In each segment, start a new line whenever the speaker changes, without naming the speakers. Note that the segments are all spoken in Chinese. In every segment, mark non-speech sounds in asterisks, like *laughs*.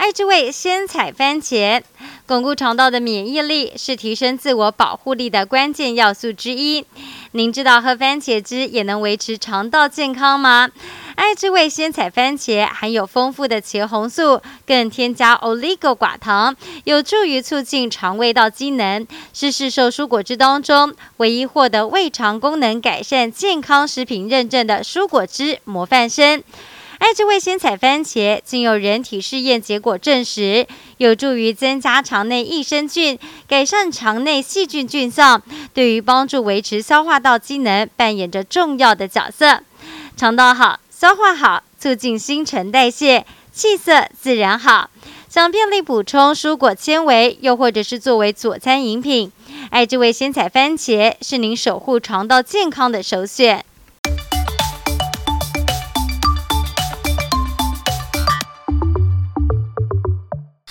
为这位深采番茄。巩固肠道的免疫力是提升自我保护力的关键要素之一。您知道喝番茄汁也能维持肠道健康吗？爱之味鲜采番茄含有丰富的茄红素，更添加 oligo 寡糖，有助于促进肠胃道机能，是市售蔬果汁当中唯一获得胃肠功能改善健康食品认证的蔬果汁模范生。爱之味鲜采番茄经由人体试验结果证实，有助于增加肠内益生菌，改善肠内细菌菌相，对于帮助维持消化道机能扮演着重要的角色。肠道好，消化好，促进新陈代谢，气色自然好。想便利补充蔬果纤维，又或者是作为佐餐饮品，爱之味鲜采番茄是您守护肠道健康的首选。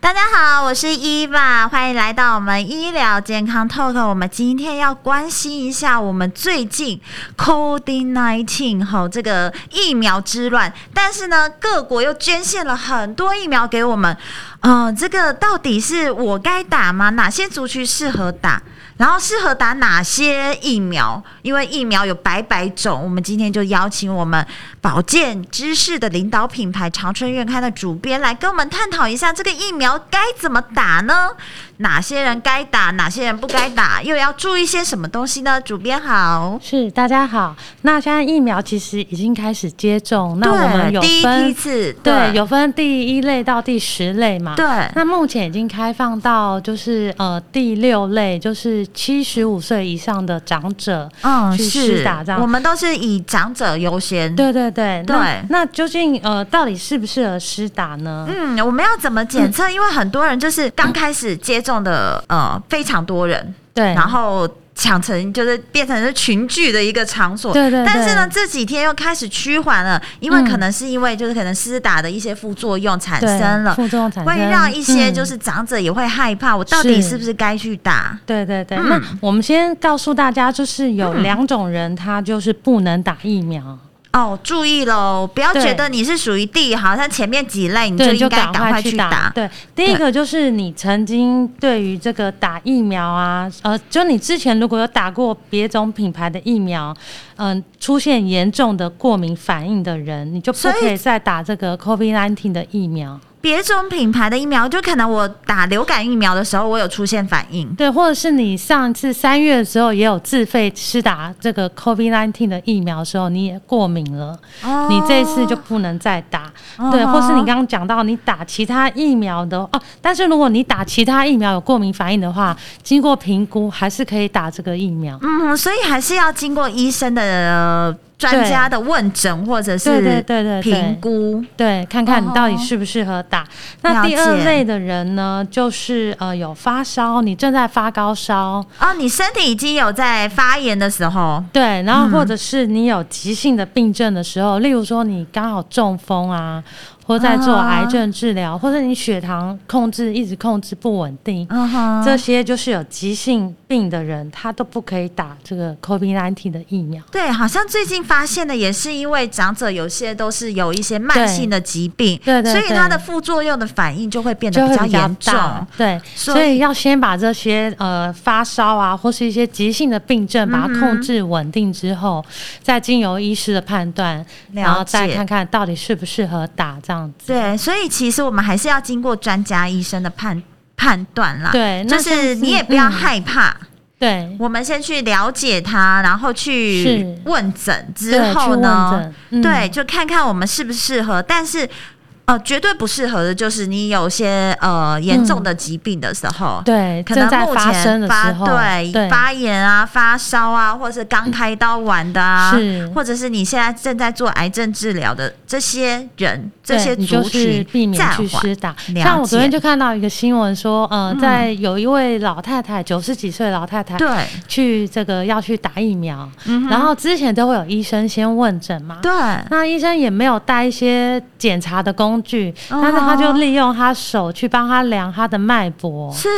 大家好，我是伊娃，欢迎来到我们医疗健康 Talk。我们今天要关心一下我们最近 COVID nineteen 哈这个疫苗之乱，但是呢，各国又捐献了很多疫苗给我们。呃，这个到底是我该打吗？哪些族群适合打？然后适合打哪些疫苗？因为疫苗有百百种，我们今天就邀请我们保健知识的领导品牌长春院刊的主编来跟我们探讨一下这个疫苗该怎么打呢？哪些人该打，哪些人不该打，又要注意些什么东西呢？主编好，
是，大家好。那现在疫苗其实已经开始接种，那我们有
第一批
分
次，
对有分第一类到第十类嘛？
对
那目前已经开放到就是呃第六类，就是七十五岁以上的长者，
嗯
去施
是
打这，样
我们都是以长者优先。
对对对
对
那那究竟呃到底适不适合施打呢？
嗯，我们要怎么检
嗯
测？因为很多人就是刚开始接种的，呃，非常多人，
对，
然后抢成就是变成是群聚的一个场所。
对对对
但是呢，这几天又开始趋缓了，因为
嗯
可能是因为就是可能施打的一些副作用产生
嗯对
了，
副作用产生，
会让一些
嗯
就是长者也会害怕，我到底
是
是不是该去打？
对对对，
嗯
那我们先告诉大家，就是有两种人，他就是不能打疫苗，
哦，注意喽，不要
对
觉得你是属于第一，好像前面几类你就
对，
应
就
该赶
快
快去
打
打。。
对，第一个就是你曾经对于这个打疫苗啊，呃，就你之前如果有打过别种品牌的疫苗，嗯、出现严重的过敏反应的人，你就不
所以
可以再打这个 COVID-19 的疫苗。
别种品牌的疫苗，就可能我打流感疫苗的时候，我有出现反应。
对，或者是你上次三月的时候也有自费施打这个 COVID-19 的疫苗的时候，你也过敏了。
哦
你这一次就不能再打，
哦
对，或是你刚刚讲到你打其他疫苗的哦，但是如果你打其他疫苗有过敏反应的话，经过评估还是可以打这个疫苗。
嗯，所以还是要经过医生的呃专家的问诊或者
对对
是
对对对
评估。哦
对，看看你到底适不适合打。那第二
了解
类的人呢，就是呃有发烧，你正在发高烧，
哦，你身体已经有在发炎的时候，
对，然后或者是你有急性的病症的时候，例如说你刚好中风啊，或在做
啊
癌症治疗，或者你血糖控制一直控制不稳定，
嗯哼，
这些就是有急性病的人，他都不可以打这个 COVID-19 的疫苗。
对，好像最近发现的也是因为长者有些都是有一些慢性的疾病，
对对
所
对
以他的副作用的反应就会变得
就会
较
比较
严重。
大，对，
所
所
以
以要先把这些呃发烧啊，或是一些急性的病症，
嗯
把它控制稳定之后，再经由医师的判断，然后
了
再
解
看。看到底适不适合打这样子。
对，所以其实我们还是要经过专家医生的判判断啦。
对那
就是
像是
你也不要
嗯
害怕。
对
我们先去了解他，然后去
是
问诊之
对，去
后
问
呢，
诊，嗯
对，就看看我们适不适合。但是呃，绝对不适合的就是你有些呃严重的疾病的时候，
嗯对，
可能
正在
目
发生
前
的时
发
候，
对发炎啊、发烧啊，或者是刚开刀完的啊，
是
或者是你现在正在做癌症治疗的这些人、这
对
些
你就
族
是
群，
避免
暂
去
缓
施打。
了
像我昨天
解
就看到一个新闻说，呃，
嗯
在有一位老太太，九十几岁的老太太。
对，
去这个要去打疫苗，
嗯哼
然后之前都会有医生先问诊嘛，
对，
那医生也没有带一些检查的工具，
嗯
但是他就利用他手去帮他量他的脉搏，
是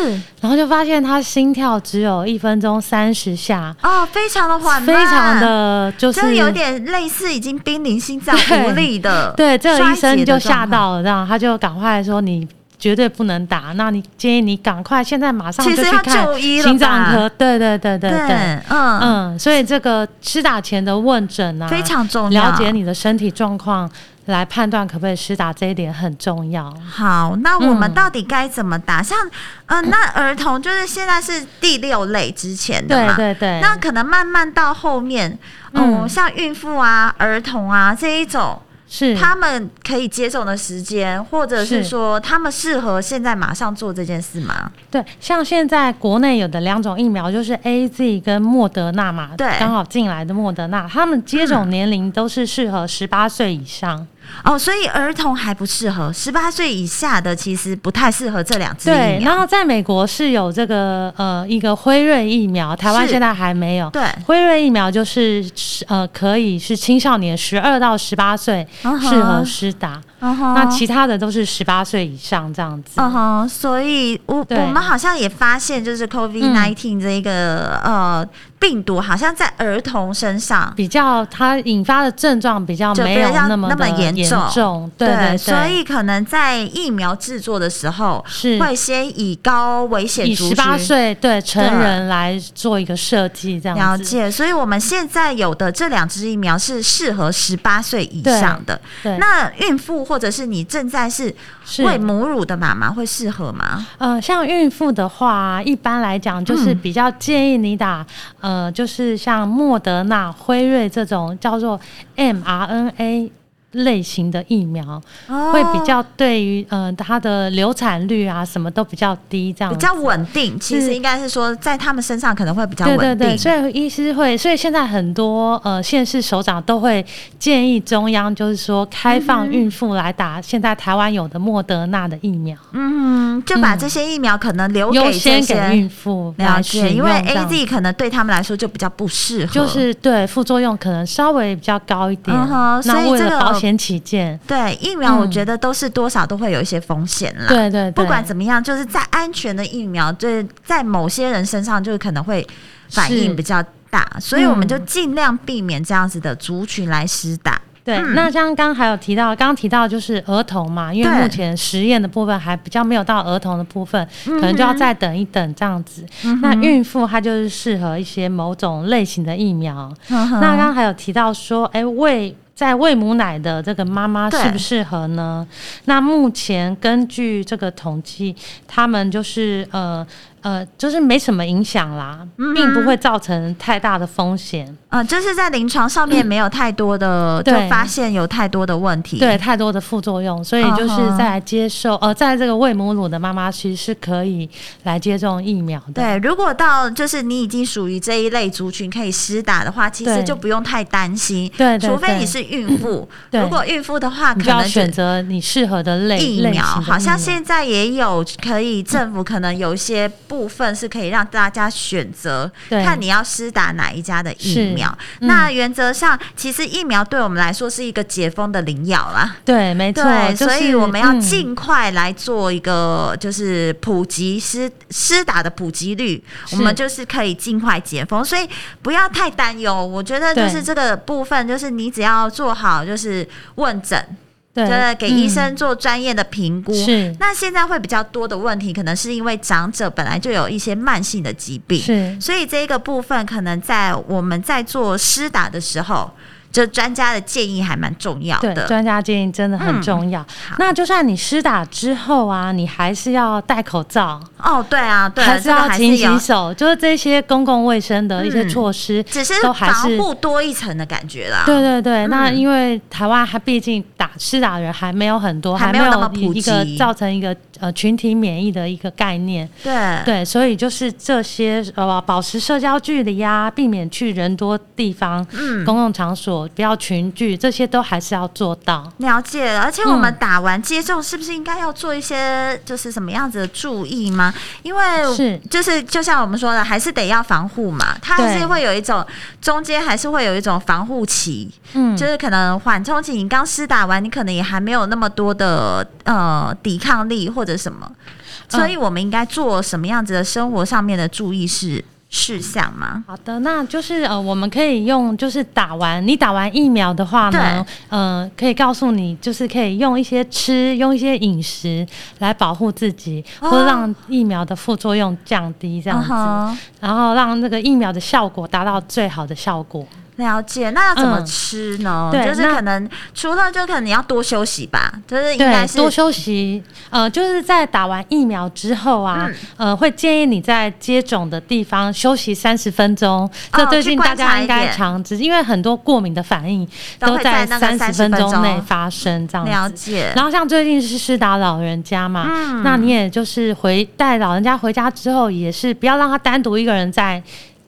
然后就发现他心跳只有一分钟三十下，
哦，非常的缓慢，
非常。的就是
真的有点类似已经濒临心脏无
对
力的，
*laughs* 对，这个
衰
医生
竭
就
的
吓
状况。
到了，然后他就赶快说你。绝对不能打，那你建议你赶快现在马上
其
就
实
去
要
看
就医了
心脏
吧
科。对对对对对，
对，嗯，
嗯，所以这个施打前的问诊啊，
非常重要。
了解你的身体状况来判断可不可以施打，这一点很重要。
好，那我们
嗯
到底该怎么打？像，嗯、那儿童就是现在是第六类之前的
对
嘛，
对对，
那可能慢慢到后面，嗯，
嗯
像孕妇啊、儿童啊这一种，
是
他们可以接种的时间，或者是
是
说他们适合现在马上做这件事吗？
对，像现在国内有的两种疫苗就是 A Z 跟莫德纳嘛，
对嗯
刚好进来的莫德纳，他们接种年龄都是适合十八岁以上。
哦，所以儿童还不适合，十八岁以下的其实不太适合这两支
对
疫，苗。
然后在美国是有这个呃一个辉瑞疫苗，台湾
是
现在还没有。
对，
辉瑞疫苗就是呃可以是青少年十二到十八岁
嗯哼
适合施打，
嗯哼
那其他的都是十八岁以上这样子。
嗯哼，所以我
对嗯
我们好像也发现，就是 COVID nineteen 这一个、呃病毒，好像在儿童身上，
比较它引发的症状比较
就
没有
不要
那么
那么
的
严
严
重
重，对对对，
所以可能在疫苗制作的时候，
是
会先以高危险
以
族群
十八岁对成人来做一个设计，这
了
样子。
解，所以我们现在有的这两支疫苗是适合十八岁以上的。
对，
那孕妇或者是你正在是
是
喂母乳的妈妈会适合吗？
呃，像孕妇的话，一般来讲
嗯
就是比较建议你打、呃，就是像莫德纳、辉瑞这种叫做 mRNA 类型的疫苗，
哦
会比较对于呃它的流产率啊什么都比较低，这样
比
子
较稳定，其实应该是说在他们身上可能会比较
对
稳
对
定。
对，所以医师会，所以现在很多呃县市首长都会建议中央，就是说开
嗯
放孕妇来打现在台湾有的莫德纳的疫苗，
嗯，就把这些疫苗可能留
嗯优
给这
先给
些
孕妇
了
来使
解，
用
因为
这
A
样
Z 可能对他们来说就比较不适合，
就是对副作用可能稍微比较高一点，
嗯哼所以
那为
这
了
个
保险起见，
对疫苗，我
嗯
觉得都是多少都会有一些风险啦。
对对对，
嗯不管怎么样，就是再安全的疫苗，就是在某些人身上就是可能会反应
是
比较大，所以我们
嗯
就尽量避免这样子的族群来施打。
对，
嗯
那像刚刚还有提到，刚刚提到就是儿童嘛，因
对
为目前实验的部分还比较没有到儿童的部分，可能就
嗯
要再等一等这样子。那孕妇她就是适合一些某种类型的疫苗。那
那
刚刚还有提到说，哎、喂。在喂母奶的这个妈妈
对
适不适合呢？那目前根据这个统计，他们就是呃呃，就是没什么影响啦，
嗯
并不会造成太大的风险。
呃，就是在临床上面没有太多的，就
嗯对
发现有太多的问题。
对太多的副作用，所以
嗯
就是在接受、呃，在这个喂母乳的妈妈其实是可以来接种疫苗的。
对，如果到就是你已经属于这一类族群可以施打的话，其实
对
就不用太担心。
对对
除非
对嗯
你是孕妇，
对
*clears throat* 如果孕妇的话，
你
可
就要
能就
选择你适合的类
疫
类
苗，
型的
好像
疫苗
现在也有可以政府可能有一些部分是可以让大家选择，
对
看你要施打哪一家的疫苗。
是嗯
那原则上，其实疫苗对我们来说是一个解封的灵药啦。
对，没错
对，，
就是
所以我们要
嗯
尽快来做一个就是普及施施打的普及率，我
是
们就是可以尽快解封，所以不要太担忧。我觉得就是
对
这个部分，就是你只要做好就是问诊，
对
真的给医生
嗯
做专业的评估。
是
那现在会比较多的问题，可能是因为长者本来就有一些慢性的疾病，
是
所以这个部分可能在我们在做施打的时候，就专家的建议还蛮重要
对，
的。嗯
专家建议真的很重要。那就算你施打之后啊，你还是要戴口罩，
哦，对啊，对啊，
还是
这个
要
还
勤
是
洗
有，
手，就是这些公共卫生的一些
嗯
措施，
只是
都还
防
是
护嗯多一层的感觉啦。
对对对，那因为台湾它毕竟打施打人还没有很多，
还
还
没
没
有那么
有
普
一个
及
造成一个呃群体免疫的一个概
嗯
念。
对
对，所以就是这些呃，保持社交距离呀，避免去人多地方、
嗯
公共场所，不要群聚，这些都还是要做到。
了解了，而且我们
嗯
打完接种是不是应该要做一些就是什么样子的注意吗？因为
是
就是就像我们说的，还是得要防护嘛，它还是
对
会有一种中间还是会有一种防护期，
嗯，
就是可能缓冲期，你刚施打完，你可能也还没有那么多的呃抵抗力或者什
嗯
么，所以我们应该做什么样子的生活上面的注意事事项吗？
好的，那就是呃，我们可以用就是打完你打完疫苗的话呢，呃，可以告诉你，就是可以用一些吃，用一些饮食来保护自己，
哦
或让疫苗的副作用降低这样
嗯
子，
哼，
然后让那个疫苗的效果达到最好的效果。
了解，那要怎么
嗯
吃呢？
对
就是
那
可能除了就可能你要多休息吧，就是应该
对，
是
多休息。呃，就是在打完疫苗之后啊，
嗯
呃，会建议你在接种的地方休息三十分钟。这最
哦去
近
观
大
察
家
一
应该
点
常知，因为很多过敏的反应
都
都
会在那个
三
30
十分
分
钟内
钟
发生，这
了
样子。
解，
然后像最近是施打老人家嘛，
嗯
那你也就是回带老人家回家之后，也是不要让他单独一个人在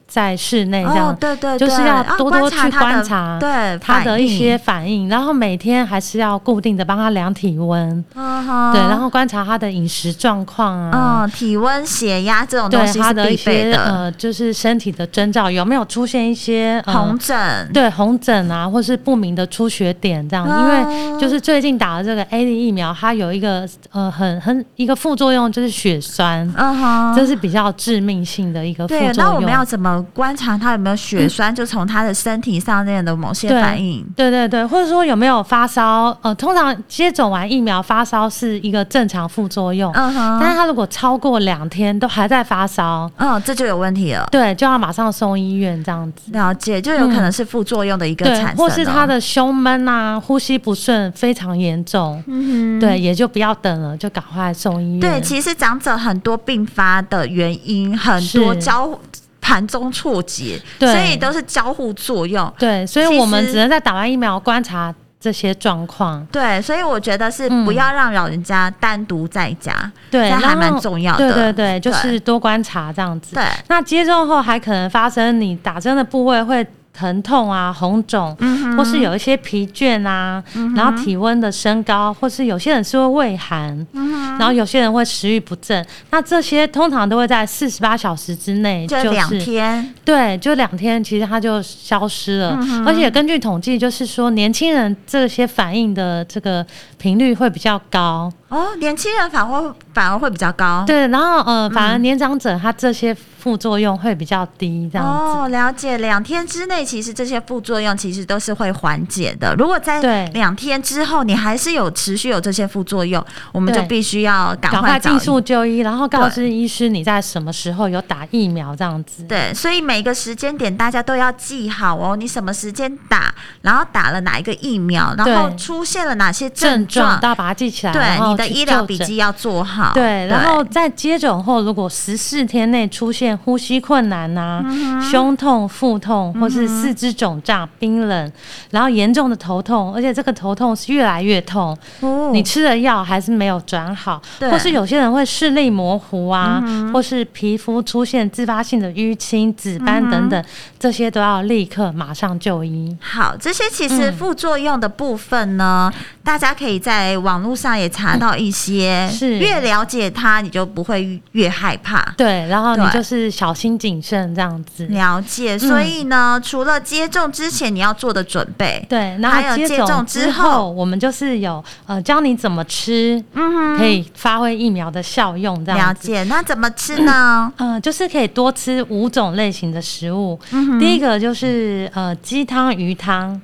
在室内这样。
哦，对对对，
就是要
啊
多
观
多
察
去
他
观
的
察
对
他的
反
一
应
些反应，然后每天还是要固定的帮他量体温，
嗯哼
对，然后观察他的饮食状况啊，
嗯，体温、血压这种东
对
西
他
是
的
必
一
备
些
的，
呃，就是身体的征兆有没有出现一些呃
红疹，
对红疹啊，或是不明的出血点这样，因
哦
为就是最近打的这个 A D 疫苗，它有一个呃很很一个副作用就是血栓，
嗯哼，
这是比较致命性的一个副
对，那
作
我们
用。
要怎么观察他有没有血栓？就从他的身体上面的某些
对
反应。
对对对，或者说有没有发烧？呃，通常接种完疫苗发烧是一个正常副作用，
嗯
但
哼，
是他如果超过两天都还在发烧，
嗯，这就有问题了。
对，就要马上送医院这样子。
了解，就有可能是副作用的一个
嗯对
产生、，哦
或是他，的胸闷啊、呼吸不顺非常严重，
嗯哼，
对，也就不要等了，就赶快送医院。
对，其实长者很多并发的原因很多
是
交盘中错节，
对
所以都是交互作用。
对，所以
其
我们
实
只能在打完疫苗观察这些状况。
对，所以我觉得是不
嗯
要让老人家单独在家，
对，
这还
然后
蛮重要
对
的。
对对，就是多观察这样子。
对，
那接种后还可能发生你打针的部位会疼痛啊、红肿，
嗯
或是有一些疲倦啊，然后体温的升高，或是有些人是会畏寒，
嗯
然后有些人会食欲不振。那这些通常都会在四十八小时之内，
就是两天，
对，就两天，其实它就消失了。
嗯
而且根据统计，就是说年轻人这些反应的这个频率会比较高。
哦，年轻人反而反而会比较高。
对，然后呃，反
嗯
而年长者他这些副作用会比较低，这样子。
哦，了解。两天之内，其实这些副作用其实都是会缓解的。如果在
对
两天之后你还是有持续有这些副作用，我们就
对
必须要赶
赶
快
快
找
尽速就医，然后告
对
知医师你在什么时候有打疫苗这样子。
对，所以每个时间点大家都要记好哦，你什么时间打，然后打了哪一个疫苗，然后
对
出现了哪些
症
状
状，都要把它记起来，
对
然后
你的
去
医疗
就
笔
诊
记要做好。
对，然后在接种后，如果十四天内出现呼吸困难呐、
嗯
胸痛、腹痛，或是四肢肿胀、冰冷，然后严重的头痛，而且这个头痛是越来越痛，
哦
你吃了药还是没有转好，
对嗯
或是有些人会视力模糊啊，或是皮肤出现自发性的淤青、紫斑等
嗯
等，这些都要立刻马上就医。
好，这些其
嗯
实副作用的部分呢，大家可以在网络上也查到一些，
是
越了解它，你就不会越害怕。
对，然后你
对
就是小心谨慎这样子。
了解，
嗯
所以呢，除了接种之前你要做的准备，
对，然
还有
后接
接种
种
之
之
后
后，我们就是有呃教你怎么吃，
嗯
可以发挥疫苗的效用，这
了
样子。
解。那怎么吃呢？
呃，就是可以多
嗯
吃五种类型的食物。第一个就是呃鸡汤、鱼汤，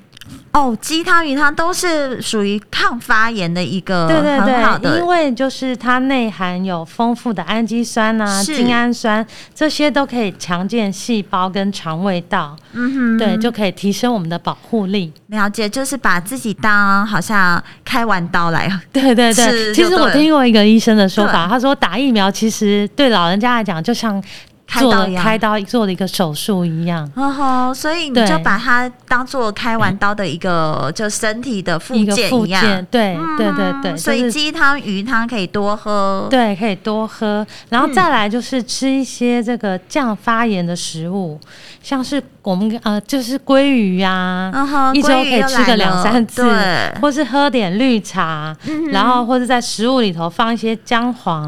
哦，鸡汤、鱼汤都是属于抗发炎的一个
对对
嗯很好
对，因
的
为就是它内含有丰富的氨基酸啊、
是
精氨酸，这些都可以强健细胞跟肠胃道，嗯哼，对，就可以提升我们的保护力。 *laughs*
了解，就是把自己当好像开完刀来， *laughs*
对对
是
对，其
就
实
对
我
了
听过一个医生的说法，
对
他说打疫苗其实对老人家来讲，就像
开
做
刀
了
一样
开刀做了一个手术一样。
哦吼，所以你
对
就把它当做开完刀的一个就身体的附
一个
件
附
一样。
件，对、对对对，
嗯所以
就是
鸡汤、鱼汤可以多喝。
对，可以多喝，然
嗯
后再来就是吃一些这个降发炎的食物，像是我们呃，就是鲑鱼啊，
嗯哼，
一周
鲑
可
鱼
以
又
吃个
来
两
了
三次
对，嗯
或是喝点绿茶，然后或者在食物里头放一些姜黄，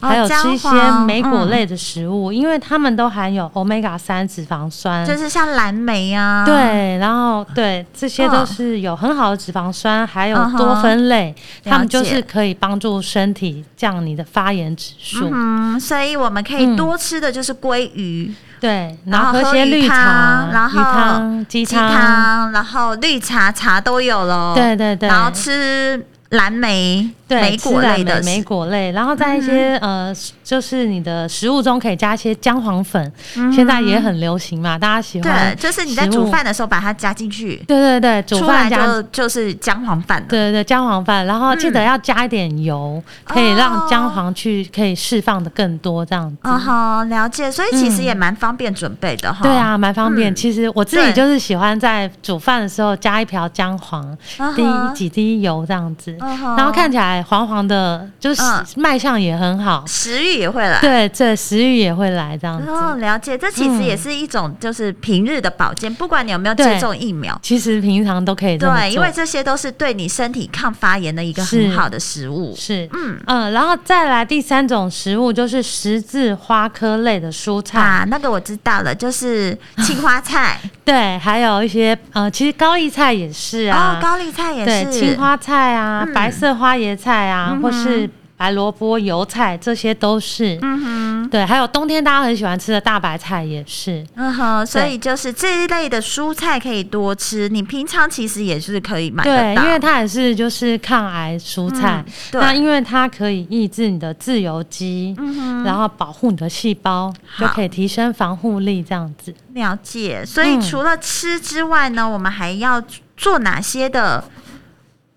哦
还有吃一些
姜黄
莓果
嗯
类的食物，因为它们都含有 omega 三脂肪酸。
就是像蓝莓啊，，
对，然后对，这些都
嗯
是有很好的脂肪酸，还有
嗯哼
多酚类，它
了
们就
解
是可以帮助身体降你的发炎指数。
嗯，所以我们可以
嗯
多吃的就是鲑鱼、
对，
然后
喝
喝
些
鱼
绿茶
汤、然
鱼汤
后、
鸡
鸡汤，然后绿茶、茶都有喽。
对对对，
然后吃蓝莓、
对
莓
吃
果
蓝
类的嗯
莓莓果类，然后在一些、呃，就是你的食物中可以加一些姜黄粉，现在也很流行嘛，大家喜
嗯对
欢，。
就是你在
食
煮
物
饭的时候把它加进去，
对对对，煮
出
饭
来
加
就就是姜黄饭了。
对对对姜黄饭，然后
嗯
记得要加一点油，可以让姜黄去可以释放的更多这样子。
哦吼，了解，所以其实
嗯
也蛮方便准备的哈。
对，啊，蛮方便。
嗯
其实我自
对
己就是喜欢在煮饭的时候加一瓢姜黄，
嗯
滴
哼
几滴油这样子，
嗯哼
然后看起来黄黄的，就是
嗯
卖相也很好。
食欲也会来。
对，这食欲也会来这样子。
哦，了解，这其实
嗯
也是一种就是平日的保健，不管你有没有接
对
种疫苗，
其实平常都可以这么
对，因
做
为这些都是对你身体抗发炎的一个很
是
好的食物。
是
嗯，
嗯，然后再来第三种食物就是十字花科类的蔬菜，
啊，那个我知道了，
*laughs*
就是青花菜，
对，还有一些呃，其实高丽菜也是啊
哦，，高丽菜也
对，
是，
青花菜啊，
嗯
白色花椰菜啊，
嗯哼
或是白萝卜、油菜，这些都是。
嗯哼，
对，还有冬天大家很喜欢吃的大白菜也是。
嗯哼，所
对
以就是这一类的蔬菜可以多吃，你平常其实也是可以买
对，
得到，
因为它也是就是抗癌蔬菜，
嗯
那
对，
因为它可以抑制你的自由基，然后保护你的细胞，
嗯好
就可以提升防护力这样子。
了解。所以
嗯
除了吃之外呢，我们还要做哪些的？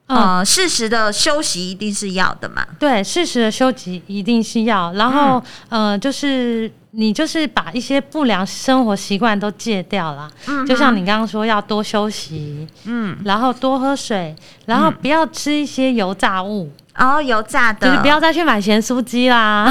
嗯，
呃，适时的休息一定是要的嘛。
对，适时的休息一定是要，然后、
嗯
呃，就是你就是把一些不良生活习惯都戒掉啦。
嗯
就像你刚刚说要多休息，
嗯，
然后多喝水，然后不要吃一些油炸物，
然后油炸的，
就是不要再去买咸酥鸡
嗯
啦、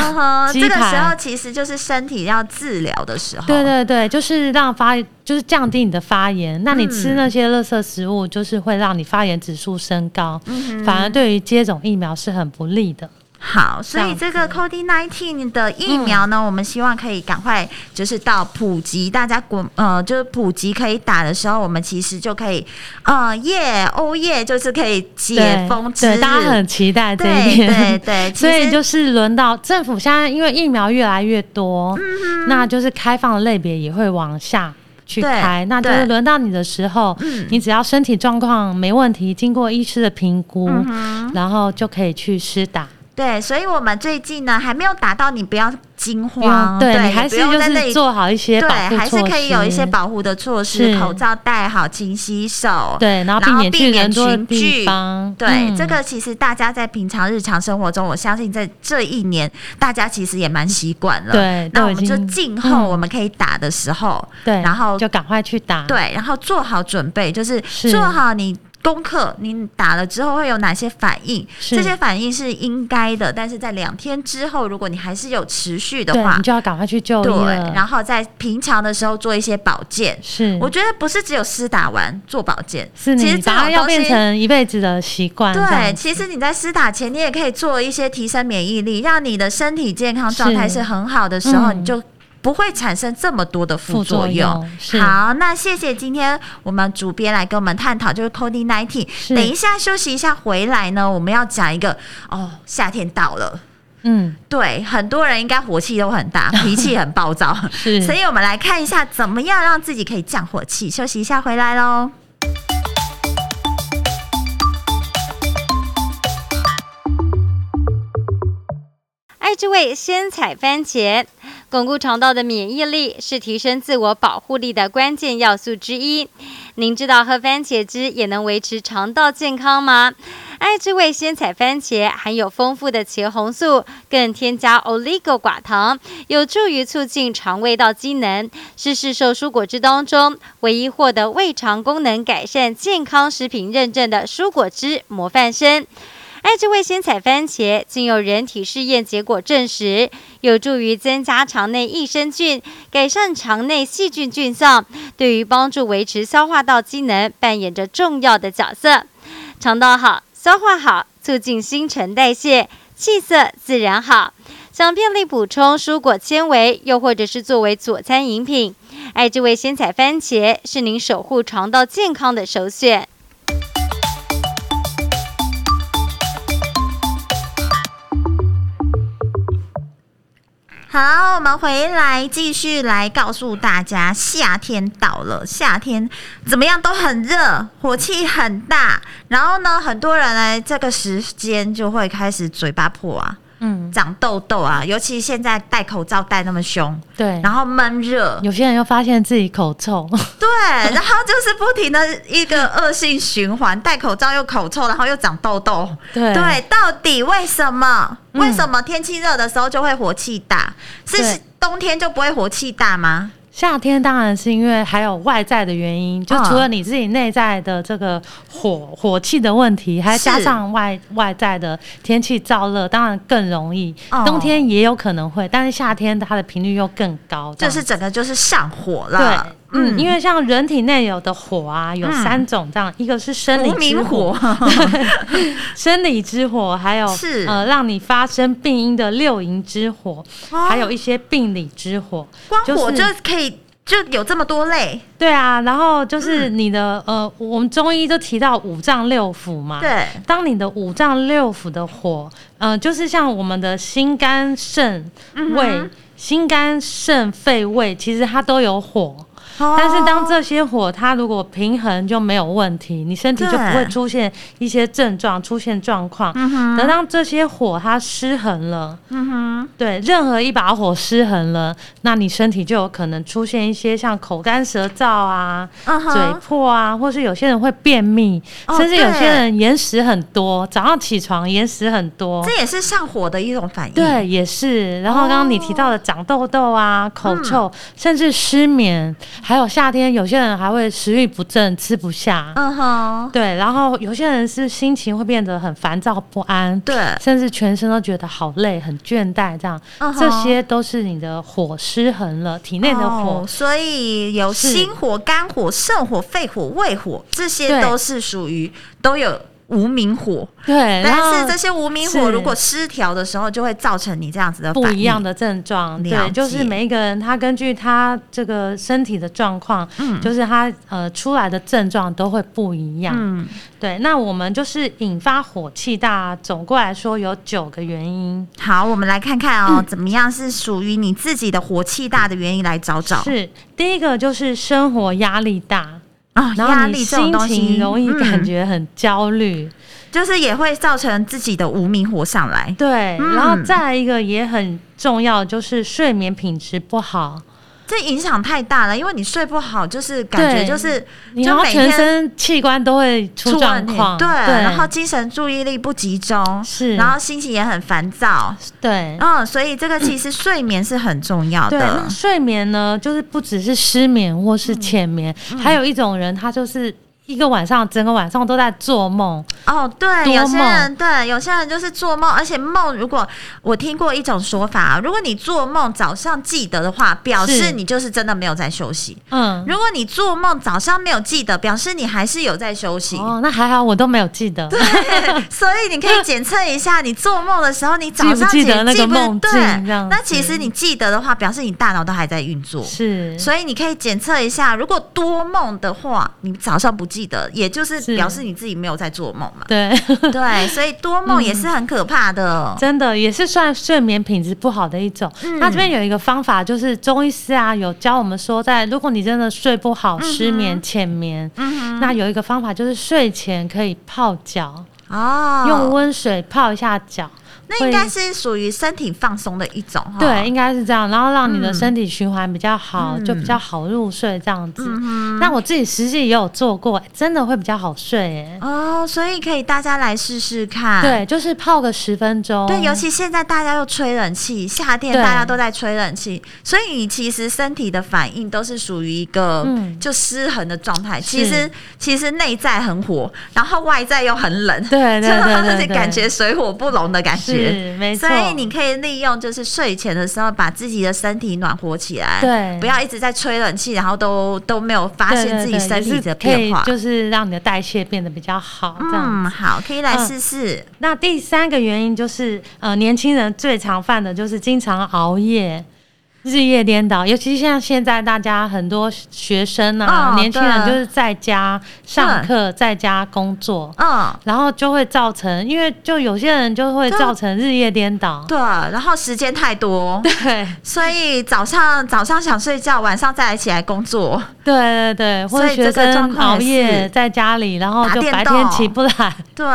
哼，
鸡
这个时候
排。
其实就是身体要治疗的时候。
*laughs* 对对对，就是让发，就是降低你的发
嗯
炎。那你吃那些垃圾食物，就是会让你发炎指数升高，
嗯
反而对于接种疫苗是很不利的。
好，所以
这
这个 COVID nineteen 的疫苗呢，我们希望可以赶快就是到普及，大家国呃就是普及可以打的时候，我们其实就可以呃耶哦耶，就是可以解
对
封之
对，
日。
大家很期待这
对
一点。
对
*laughs*
对，其
所以
实
就是轮到政府现在，因为疫苗越来越多，
嗯
那就是开放的类别也会往下去开
对。
那就是
对嗯
轮到你的时候，你只要身体状况没问题，经过医师的评估，
嗯
然后就可以去施打。
对，所以我们最近呢还没有打到，你不要惊
不用
慌，
对你
也
还
不
是
用
就
在那
是
里
做好一些
对，
保护
还是
措
可以有一些
施
保护的措施，
是
口罩戴好，勤洗手。
对，然后避
然后
免
避
去
免
人多的
群聚
地方。
对，
嗯
这个其实大家在平常日常生活中，我相信在这一年，大家其实也蛮习惯了。
对
那
都
我们
已
就
经
静候
嗯
我们可以打的时候，
对，
然后
就赶快去打。
对，然后做好准备，就是
是
做好你功课，你打了之后会有哪些反应？
是
这些反应是应该的，但是在两天之后，如果你还是有持续的
对，
话
你，就要赶快去就医
对
了。，
然后在平常的时候做一些保健。
是，
我觉得不是只有施打完做保健，
嗯是
其实
你
这
把它
种
要
东
变
西。
成一辈子的习惯。这
对，
样
其实你在施打前，你也可以做一些提升免疫力，让你的身体健康状态
是
是很好的时候，
嗯
你就不会产生这么多的副
副作
作用。
是
好，那谢谢今天我们主编来跟我们探讨就是 COVID nineteen。
是
等一下休息一下，回来呢，我们要讲一个哦，夏天到了，
嗯
对，很多人应该火气都很
*laughs*
大，脾气很暴躁，
是，
所以我们来看一下怎么样让自己可以降火气。休息一下，回来喽。
这位鲜采番茄，巩固肠道的免疫力是提升自我保护力的关键要素之一。您知道喝番茄汁也能维持肠道健康吗？爱之味鲜采番茄含有丰富的茄红素，更添加 oligo 寡糖，有助于促进肠胃道机能，是市售蔬果汁当中唯一获得胃肠功能改善健康食品认证的蔬果汁模范生。爱之味鲜采番茄经由人体试验结果证实，有助于增加肠内益生菌，改善肠内细菌菌相，对于帮助维持消化道机能扮演着重要的角色。肠道好，消化好，促进新陈代谢，气色自然好。想便利补充蔬果纤维，又或者是作为佐餐饮品，爱之味鲜采番茄是您守护肠道健康的首选。
好，我们回来继续来告诉大家，夏天到了，夏天怎么样都很热，火气很大。然后呢，很多人呢这个时间就会开始嘴巴破啊，
嗯，
长痘痘啊，尤其现在戴口罩戴那么凶，
对。
然后闷热，
有些人又发现自己口臭，
对，然后就是不停的一个恶性循环，戴口罩又口臭，然后又长痘痘。*laughs*
对
对，到底为什么？
嗯
为什么天气热的时候就会火气大？是
对
冬天就不会火气大吗？
*laughs* 夏天当然是因为还有外在的原因，就
嗯
除了你自己内在的这个火火气的问题，还
是
加上外
嗯
外在的天气燥热，当然更容易。
哦
冬天也有可能会，但是夏天它的频率又更高。这
就
样
是整个就是上火
对
了，，
嗯，因
为
为像人体内有的火啊，有
嗯
三种这样，一个是生理
无
之
名火，
*laughs* 生理之火，还有
是
呃让你发生病因的六淫之火，
哦
还有一些病理之火，
光火
就
就是可以就有这么多类，
对啊，然后就是
嗯
你的、呃，我们中医就提到五脏六腑嘛，。
对，
当你的五脏六腑的火，嗯、就是像我们的心肝肾
嗯
胃、心肝肾肺胃，其实它都有火。
哦
哦但是当这些火它如果平衡就没有问题，你身体就不会
对
出现一些症状、出现状况。
嗯
等当这些火它失衡了，对，任何一把火失衡了，那你身体就有可能出现一些像口干舌燥啊、
嗯哼
嘴破啊，或是有些人会便秘，
哦
甚至有
对
些人眼屎很多，早上起床眼屎很多。
这也是上火的一种反应，
对，也是。然后刚刚你提到的长痘痘啊、
哦
口臭，
嗯
甚至失眠，还有夏天有些人还会食欲不振、吃不下。
嗯哼，
对，然后有些人是心情会变得很烦躁不安，
对
甚至全身都觉得好累、很倦怠，这样，
嗯哼
这些都是你的火失衡了，体内的火
哦，所以有
是
心火、肝火、肾火、肺火、胃火，这些
对
都是属于都有无名火，
对，然后
但是这些无名火
是
如果失调的时候，就会造成你这样子的
不
反
一
应
样的症状，
了
对，
解
就是每一个人他根据他这个身体的状况，
嗯
就是他呃出来的症状都会不一样，
嗯
对。那我们就是引发火气大，总过来说有九个原因，
好，我们来看看
嗯
哦，怎么样是属于你自己的火气大的原因来找找
是第一个就是生活压力大，
啊，
然
压
后你
力这种
心
东西
情容易感、
嗯
觉很焦虑，
就是也会造成自己的无名火上来。
对，
嗯
然后再来一个也很重要，就是睡眠品质不好，
这影响太大了，因为你睡不好，就是感觉
对
就是
你
就
要
每
全
天
身器官都会出状
问题
况，
对，然后精神注意力不集中，
是
然后心情也很烦躁，
对。
嗯，所以这个其实睡眠是很重要
对，那
的，
睡眠呢，就是不只是失眠或是浅眠，
嗯
还有一种人他就是一个晚上整个晚上都在做梦，
哦，对，
多
有些
梦
人对，有些人就是做梦，而且梦如果我听过一种说法，啊如果你做梦早上记得的话，表示
是
你就是真的没有在休息；
嗯，
如果你做梦早上没有记得，表示你还是有在休息。
哦，那还好我都没有记得，
*laughs* 所以你可以检测一下，你做梦的时候，你早上
记不记得那个
记不
梦境
对
这样子
那其实你记得的话，表示你大脑都还在运作。
是
所以你可以检测一下，如果多梦的话，你早上不记得，也就是
是。
表示你自己没有在做梦嘛
对， *laughs*
对，所以多梦也是
嗯
很可怕的。
真的也是算睡眠品质不好的一种。
嗯
那这边有一个方法，就是中医师啊有教我们说在，如果你真的睡不好、失
嗯
眠、浅眠，那有一个方法就是睡前可以泡脚，
哦，
用温水泡一下脚。
那应该是属于身体放松的一种，
对，，应该是这样，然后让你的身体循环比较好，
嗯
就比较好入睡这样子。那我自己实际也有做过，真的会比较好睡诶。
哦，所以可以大家来试试看，
对，就是泡个十分钟。
对，尤其现在大家又吹冷气，夏天
对
大家都在吹冷气，所以你其实身体的反应都是属于一个
嗯
就失衡的状态。其
是
实其实内在很火，然后外在又很冷，
对
*laughs*
对
真的
对对
是
对
感觉水火不容的感觉。
是没错，
所以你可以利用就是睡前的时候，把自己的身体暖和起来，
对
不要一直在吹冷气，然后都都没有发
对
现自
对
己
对
身
也
体
是
的
可以
变化。
就是让你的代谢变得比较好。这
嗯，
样子。
好，可以来
嗯
试试。
那第三个原因就是，呃，年轻人最常犯的就是经常熬夜。日夜颠倒，尤其像现在大家很多学生啊，
哦
年轻人
对
就是在家上课，在家工作，
嗯，
然后就会造成，因为就有些人就会
对啊
造成日夜颠倒。
对，然后时间太多，
对
所以早上早上想睡觉，晚上再来起来工作，
对对对，或
所
者
以这
学
个状
生
况
熬
也是
夜在家里，然后
打
就
电
白
动
天起不来。
对，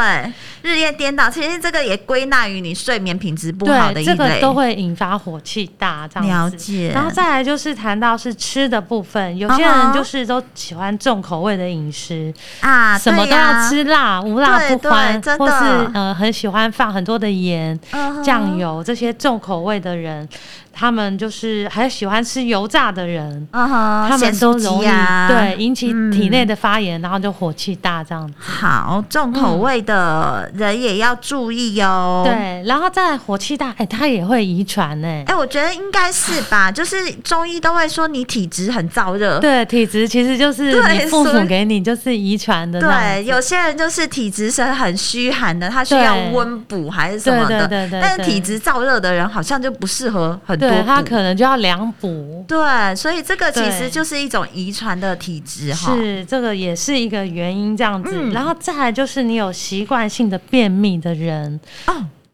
日夜颠倒。其实这个也归纳于你睡眠品质不好的
对，
一
这个
类。
都会引发火气大这样
了
子。
解
然后再来就是谈到是吃的部分，有些
嗯
人
哼
就是都喜欢重口味的饮食，
啊，
什么
对
都
呀
要，吃辣，无辣
对
不
对
欢，
真
或
的
是呃很喜欢放很多的盐、
嗯哼
酱。油这些重口味的人，他们就是还喜欢吃油炸的人。
嗯哼，
他们
咸
都
酥鸡
容易、
呀
对引起
嗯
体内的发炎，然后就火气大这样子。
好重口味的人也要注意哦。。
嗯对，然后再来火气大，哎、它也会遗传呢、
哎、我觉得应该是吧，就是中医都会说你体质很燥 *laughs* 热，
对，体质其实就是
对
你父
所
母
以
给你就是遗传的那
对，
种。
有些人就是体质是很虚寒的，他需要
对
温补还是什么的。
对对对对
但是
对
体质燥热的人好像就不适合很多
对他
补
可能就要量补，
对，所以这个其实
对
就是一种遗传的体质哈。
是这个也是一个原因这样子。
嗯
然后再来就是你有习惯性的便秘的人，
哦，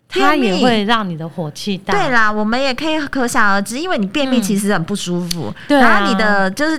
他
便秘
也会让你的火气大。
对啦，我们也可以可想而知，因为你便秘
嗯
其实很不舒服，
对啊
然后你的就是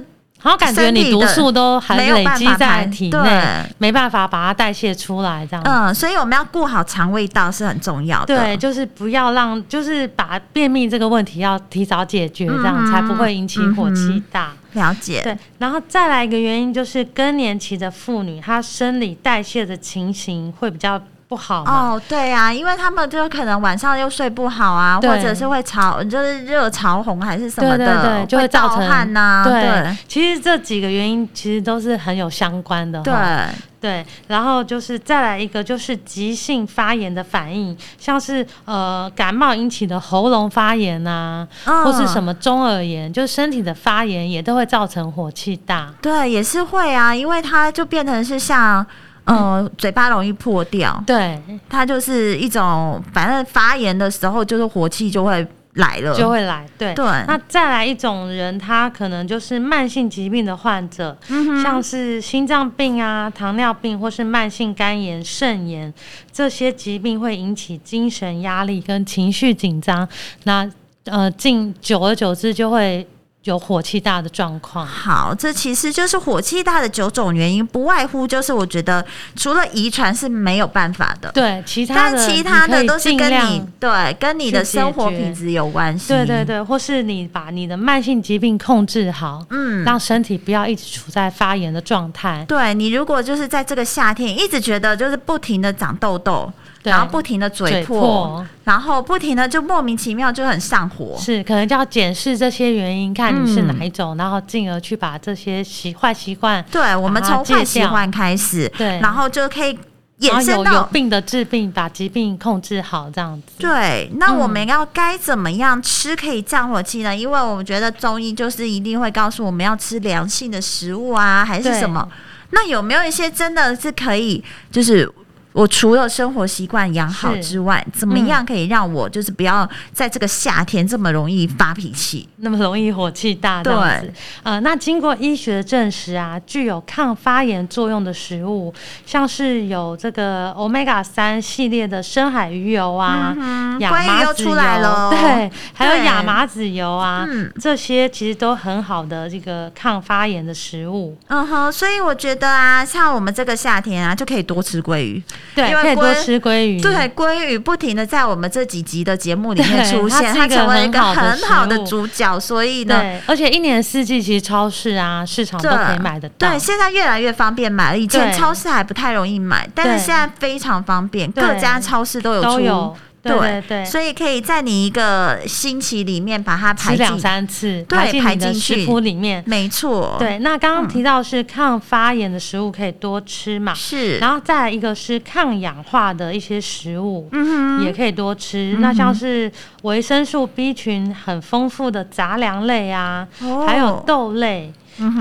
然后感觉
身体
你毒
的
素都还
没有
累
办
积
法
在
排
体
对
内，没办法把它代谢出来这样子。
嗯，所以我们要顾好肠胃道是很重要的。
对，就是不要让，就是把便秘这个问题要提早解决，这样、
嗯哼
才不会引起火气大。
了解。
对，然后再来一个原因就是更年期的妇女，她生理代谢的情形会比较不好嘛。
哦，对啊，因为他们就可能晚上又睡不好啊，
对
或者是会潮，就是热潮红还是什
对
么
对
的，
对，就
会
造
盗
成
汗呐、
对，嗯
对
其实这几个原因其实都是很有相关的
对
哈。对，然后就是再来一个就是急性发炎的反应，像是呃感冒引起的喉咙发炎啊，
嗯
或是什么中耳炎，就是身体的发炎也都会造成火气大。
对，也是会啊，因为它就变成是像。呃，嘴巴容易破掉，
对，
它就是一种，反正发炎的时候就是火气就会来了，
就会来。对，
对
那再来一种人，他可能就是慢性疾病的患者，
嗯
像是心脏病啊、糖尿病或是慢性肝炎、肾炎这些疾病会引起精神压力跟情绪紧张，那呃，进久而久之就会有火气大的状况。
好，这其实就是火气大的九种原因，不外乎就是我觉得除了遗传是没有办法的，
对，其他
但
的
其他
你可
的
以
都是
尽
跟
量
你嗯对跟你的
去解
生活
决
品质有关系。
对对，对，或是你把你的慢性疾病控制好，
嗯，
让身体不要一直处在发炎的状态。
对你如果就是在这个夏天一直觉得就是不停的长痘痘，
对
然后不停的嘴
嘴
破，
破
然后不停的就莫名其妙就很上火。
是，可能就要检视这些原因，看
嗯
你是哪一种，然后进而去把这些习坏习惯，
对，我们
把它
从
戒
坏习
掉
惯开始，
对
然后就可以
然后
延伸
有有
到
病的治病，把疾病控制好，这样子。
对，那我们要该怎么样吃可以降火气呢？因为我们觉得中医就是一定会告诉我们要吃凉性的食物啊，还是
对
什么？那有没有一些真的是可以，就是我除了生活习惯养好
是
之外，怎么样可以让我就是不要在这个夏天这么容易发脾气？
那么容易火气大这样子
对，
呃，那经过医学证实啊，具有抗发炎作用的食物，像是有这个 omega 三系列的深海鱼油啊，
嗯哼
亚
鲑鱼
麻
又
籽
出
油，
来了
对，还有
对
亚麻籽油啊，
嗯
这些其实都很好的这个抗发炎的食物。
嗯哼，所以我觉得啊，像我们这个夏天啊，就可以多吃鲑鱼，
对，
因为
可以多
鲑
吃鲑鱼，
对，鲑鱼不停的在我们这几集的节目里面
对
出现，它
它是一个
成为一个
很好的
很好的
食物
主角，所以呢，
对，而且一年四季其实超市啊、市场都
这
可以买得到。
对，现在越来越方便买了，以前
对
超市还不太容易买，但是
对
现在非常方便，
对
各家超市都有出。
都有，对对对，
所以可以在你一个星期里面把它排
吃两
进。
三次，
对
排进
排
你的
进去嗯
食谱里面。
没错，，
对，那刚刚提到是抗发炎的食物可以多吃嘛，
是。
然后再来一个是抗氧化的一些食物，
嗯
也可以多吃。那像是维生素 B 群很丰富的杂粮类啊，
哦嗯
还有豆类。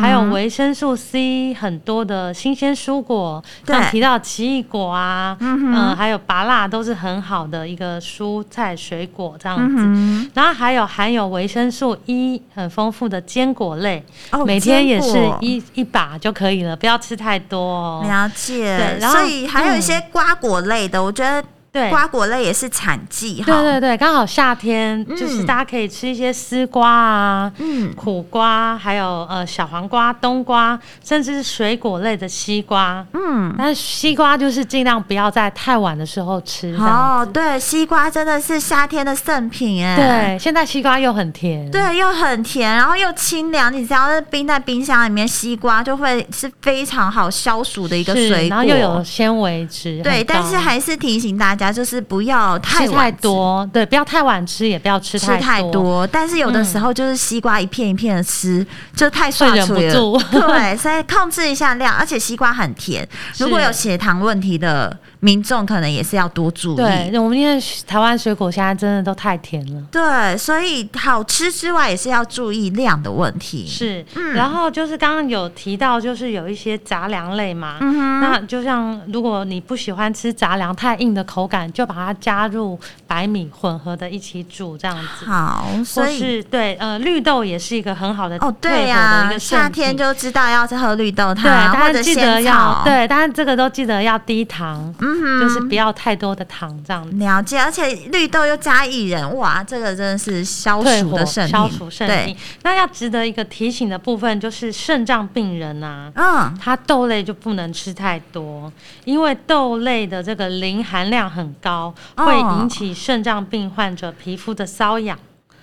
还有维生素 C 很多的新鲜蔬果，
对
像提到奇异果啊，嗯、还有芭辣都是很好的一个蔬菜水果这样
嗯
子。然后还有含有维生素 E 很丰富的坚果类，
哦
每天也是
坚果
一一把就可以了，不要吃太多哦。
了解
对，然后嗯
所以还有一些瓜果类的，我觉得
对
瓜果类也是产季哈。
对对对，刚好夏天、就是
嗯
大家可以吃一些丝瓜啊、
嗯，
苦瓜，还有呃小黄瓜、冬瓜，甚至是水果类的西瓜。嗯，但是西瓜就是尽量不要在太晚的时候吃。这样
哦，对，西瓜真的是夏天的圣品哎。
对，现在西瓜又很甜。
对，又很甜，然后又清凉。你只要是冰在冰箱里面，西瓜就会是非常好消暑的一个
是
水果。
然后又有纤维质很高。
对，但是还是提醒大家，就是不要太
吃太
晚吃
多，对，不要太晚吃，也不要吃
吃太
多。嗯
多，但是有的时候就是西瓜一片一片的吃，就太
会
刷
忍
嘴
不
了。
住
对，所以控制一下量，而且西瓜很甜。如果
是
有血糖问题的民众，可能也是要多注意。
对，我们现在台湾水果现在真的都太甜了。
对，所以好吃之外，也是要注意量的问题。，
是，
嗯
然后就是刚刚有提到，就是有一些杂粮类嘛，
嗯
那就像如果你不喜欢吃杂粮太硬的口感，就把它加入白米混合的一起煮这样子。
好，所
或
以
是对，呃，绿豆也是一个很好的
哦，对
呀、
呀、
一个圣
夏天
品
就知道要喝绿豆
对，
汤或
大
者
家记得
仙
要
草。嗯
对，但是这个都记得要低糖，就是不要太多的糖这样子。
了解，而且绿豆又加薏仁，哇，这个真的是消
退
暑
火
的圣品，
消暑圣
对
品，。那要值得一个提醒的部分就是肾脏病人啊，
嗯，
它豆类就不能吃太多，因为豆类的这个磷含量很高，
哦
会引起肾脏病患者皮肤的瘙痒。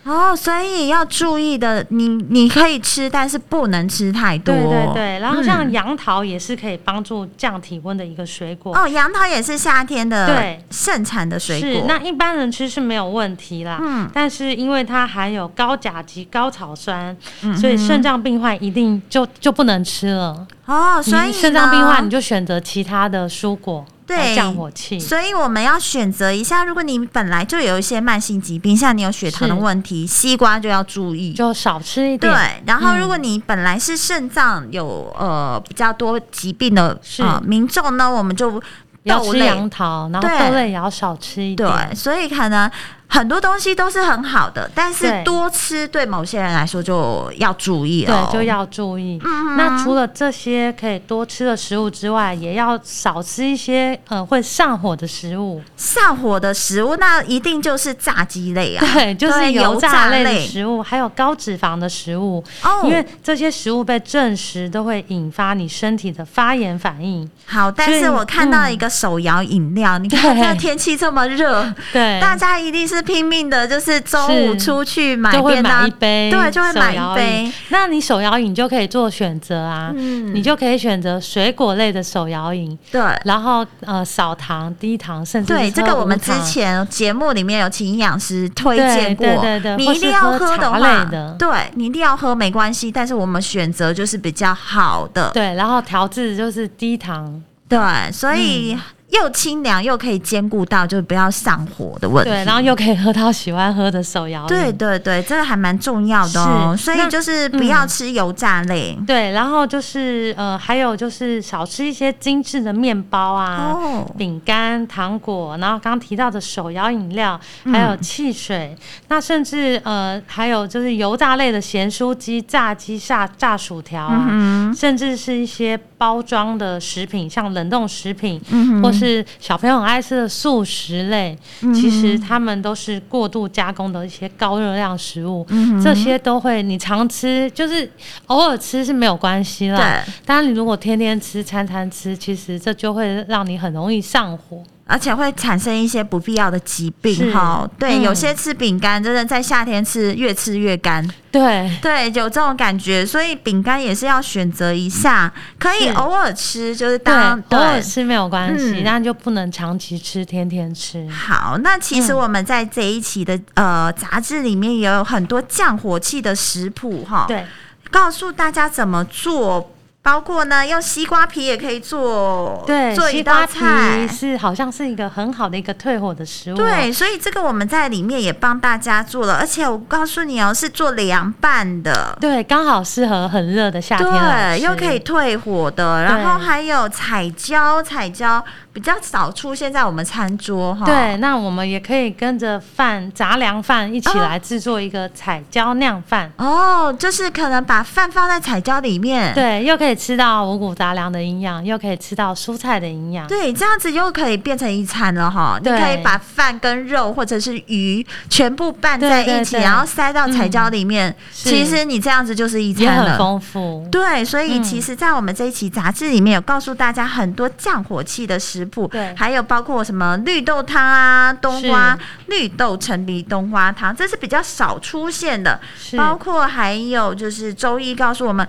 哦，所以要注意的，你你可以吃，但是不能吃太多。
对对对，然后像
嗯
杨桃也是可以帮助降体温的一个水果。
哦，杨桃也是夏天的
对
盛产的水
是
果。，
那一般人吃是没有问题啦。
嗯
但是因为它含有高钾及高草酸，
嗯
所以肾脏病患一定就就不能吃了。
哦，所以
你肾脏病
呢
患你就选择其他的蔬果来
对
降火气。
所以我们要选择一下，如果你本来就有一些慢性疾病，像你有血糖的
是
问题，西瓜就要注意。
就少吃一
对
点，，
然后
嗯
如果你本来是肾脏有呃比较多疾病的
是
呃民众呢，我们就
不要
豆
吃
类
杨桃，然后
对
豆类也要少吃一点。
对，所以可能很多东西都是很好的，但是
对
多吃对某些人来说就要注意哦，
对就要注意。
嗯
那除了这些可以多吃的食物之外，也要少吃一些呃会上火的食物。
上火的食物，那一定就是炸鸡类啊，
对，就是
*laughs* 对油
炸类的
类
食物，还有高脂肪的食物，
哦，
因为这些食物被证实都会引发你身体的发炎反应。
好，但
所以嗯
是我看到一个手摇饮料，你看
对
这天气这么热，
对，
大家一定是拼命的，就是中午
是
出去买
就会
便
买
当
一，杯，
对就会买一杯。
那你手摇饮就可以做选择啊，
嗯
你就可以选择水果类的手摇饮，
对。
然后呃少糖、低糖，甚至
对，
是
这
喝
个我们
无
之
糖
前节目里面有请营养师推荐过，
对对对对
你
或
一
是
定要
喝
的
茶
话，
类的
对你一定要喝没关系，但是我们选择就是比较好的，
对，然后调制就是低糖，
对，所以又清凉又可以兼顾到，就是不要上火的问题。
对，然后又可以喝到喜欢喝的手摇饮，
对对对，这个还蛮重要的哦。
是
所以
那
就是不要吃油炸类。
对，然后就是呃还有就是少吃一些精致的面包啊。
哦，
饼干、糖果，然后刚刚提到的手摇饮料，
嗯
还有汽水，那甚至呃，还有就是油炸类的咸酥鸡、炸鸡、炸炸薯
嗯
啊
嗯
条啊，甚至是一些包装的食品，像冷冻食品、或是小朋友很爱吃的素食类，
嗯
其实他们都是过度加工的一些高热量食物，
嗯
这些都会你常吃，就是偶尔吃是没有关系啦。
对，
当然，你如果天天吃、餐餐吃，其实这就会让你很容易上火。
而且会产生一些不必要的疾病
是
哈。对，
嗯
有些吃饼干真的在夏天吃越吃越干，
对，
对，有这种感觉，所以饼干也是要选择一下，可以
是
偶尔吃，就是
对
当，
偶尔吃没有关系，
嗯
但就不能长期吃、天天吃。
好，那其实
嗯
我们在这一期的、呃杂志里面也有很多降火气的食谱哈，，
对，
告诉大家怎么做，包括呢用西瓜皮也可以做，
对，
做一
西
道
瓜皮
菜。
是好像是一个很好的一个退火的食物。哦
对，所以这个我们在里面也帮大家做了，而且我告诉你哦，是做凉拌的，
对，刚好适合很热的夏天来
对，
吃
又可以退火的，然后还有彩椒，彩椒比较少出现在我们餐桌哈。
对，那我们也可以跟着饭杂粮饭一起
啊
来制作一个彩椒酿饭。
哦，就是可能把饭放在彩椒里面，
对，又可以吃到五谷杂粮的营养，又可以吃到蔬菜的营养。
对，这样子又可以变成一餐了哈。你
对
可以把饭跟肉或者是鱼全部拌在
对
一
对
起，
对嗯
然后塞到彩椒里面。
是
其实你这样子就是一
也
餐
很
了。
丰富。
对，所以
嗯
其实，在我们这一期杂志里面有告诉大家很多降火气的食谱，
对
还有包括什么绿豆汤啊、冬瓜、绿豆陈皮冬瓜汤，这是比较少出现的。
是
包括还有就是周易告诉我们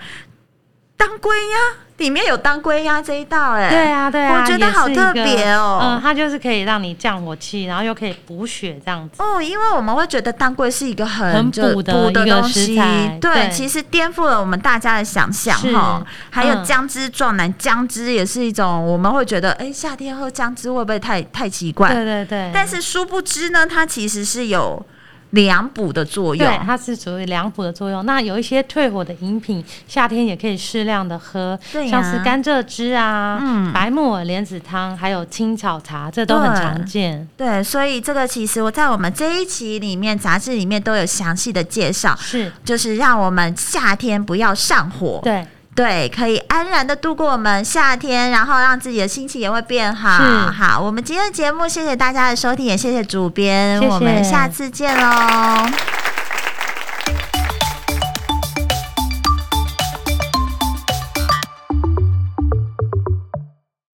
当归呀，里面有当归呀这一道、哎，
对啊，对啊，
我觉得
也是
好
一
特
个
别哦
嗯，它就是可以让你降火气，然后又可以补血这样子。
哦，因为我们会觉得当归是一个很
很
就
补的
补
一个
东
食
西
材
对，
对
其实颠覆了我们大家的想象
是
哈。还有
嗯
姜汁壮胆，姜汁也是一种我们会觉得，哎、夏天喝姜汁会不会太太奇怪？
对对对，
但是殊不知呢，它其实是有凉补的作用
对，。它是属于凉补的作用。那有一些退火的饮品，夏天也可以适量的喝，
对呀
像是甘蔗汁啊、
嗯
白木耳莲子汤，还有青草茶，这都很
对
常见。
对，所以这个其实我在我们这一期里面杂志里面都有详细的介绍，
是，
就是让我们夏天不要上火。
对，
对，可以安然的度过我们夏天，然后让自己的心情也会变好。
是
好，我们今天的节目，谢谢大家的收听，也谢谢主编，
谢谢
我们下次见喽。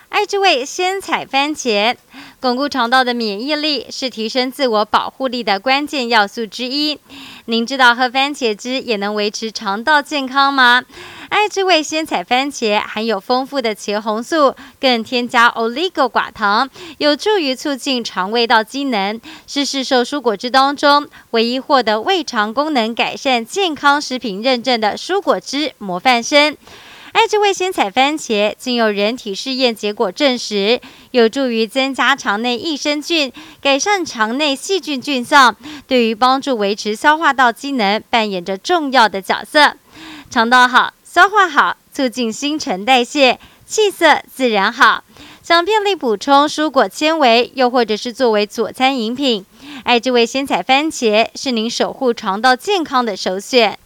爱之味鲜采番茄，巩固肠道的免疫力是提升自我保护力的关键要素之一。您知道喝番茄汁也能维持肠道健康吗？爱之味鲜采番茄含有丰富的茄红素，更添加 oligo 寡糖，有助于促进肠胃道机能，是市售蔬果汁当中唯一获得胃肠功能改善健康食品认证的蔬果汁模范生。爱之味鲜采番茄经由人体试验结果证实，有助于增加肠内益生菌，改善肠内细菌菌相，对于帮助维持消化道机能扮演着重要的角色。肠道好，消化好，促进新陈代谢，气色自然好。想便利补充蔬果纤维，又或者是作为佐餐饮品，爱之味鲜采番茄是您守护肠道健康的首选。